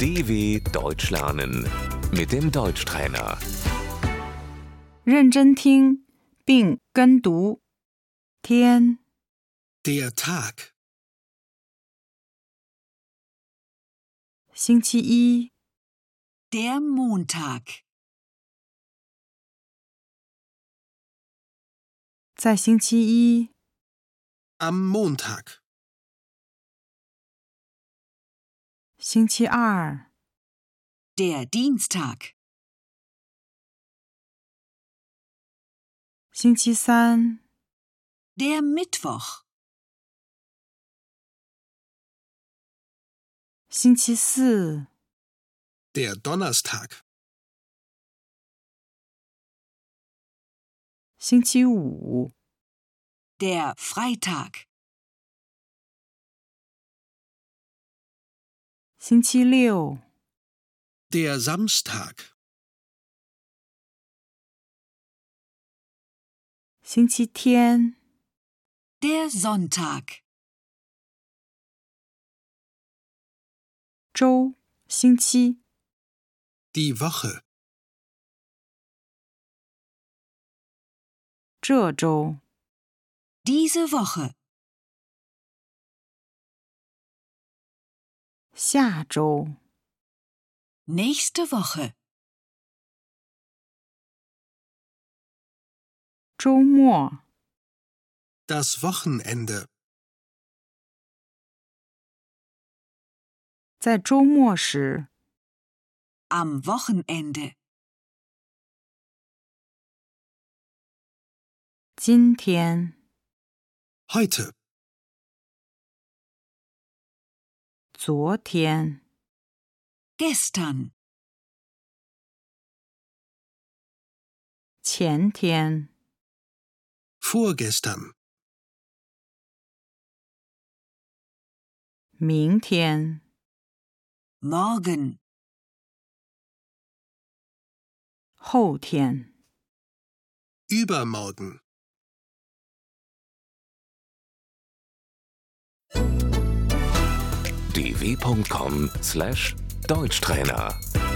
DW Deutsch lernen mit dem Deutschtrainer. 认真听并跟读。天， Der Tag. 星期一， Der Montag. 在星期一， Am Montag. 星期二， Der Dienstag. 星期三， Der Mittwoch. 星期四， Der Donnerstag. 星期五， Der Freitag. 星期六， Der Samstag. 星期天， Der Sonntag. 周，星期， Die Woche. 这周， Diese Woche. 下周， Nächste Woche. 周末， Das Wochenende. 在周末时， Am Wochenende. 今天， Heute. 昨天， Gestern. 前天， Vorgestern. 明天， Morgen. 后天。 Übermorgen. dw.com/deutschtrainer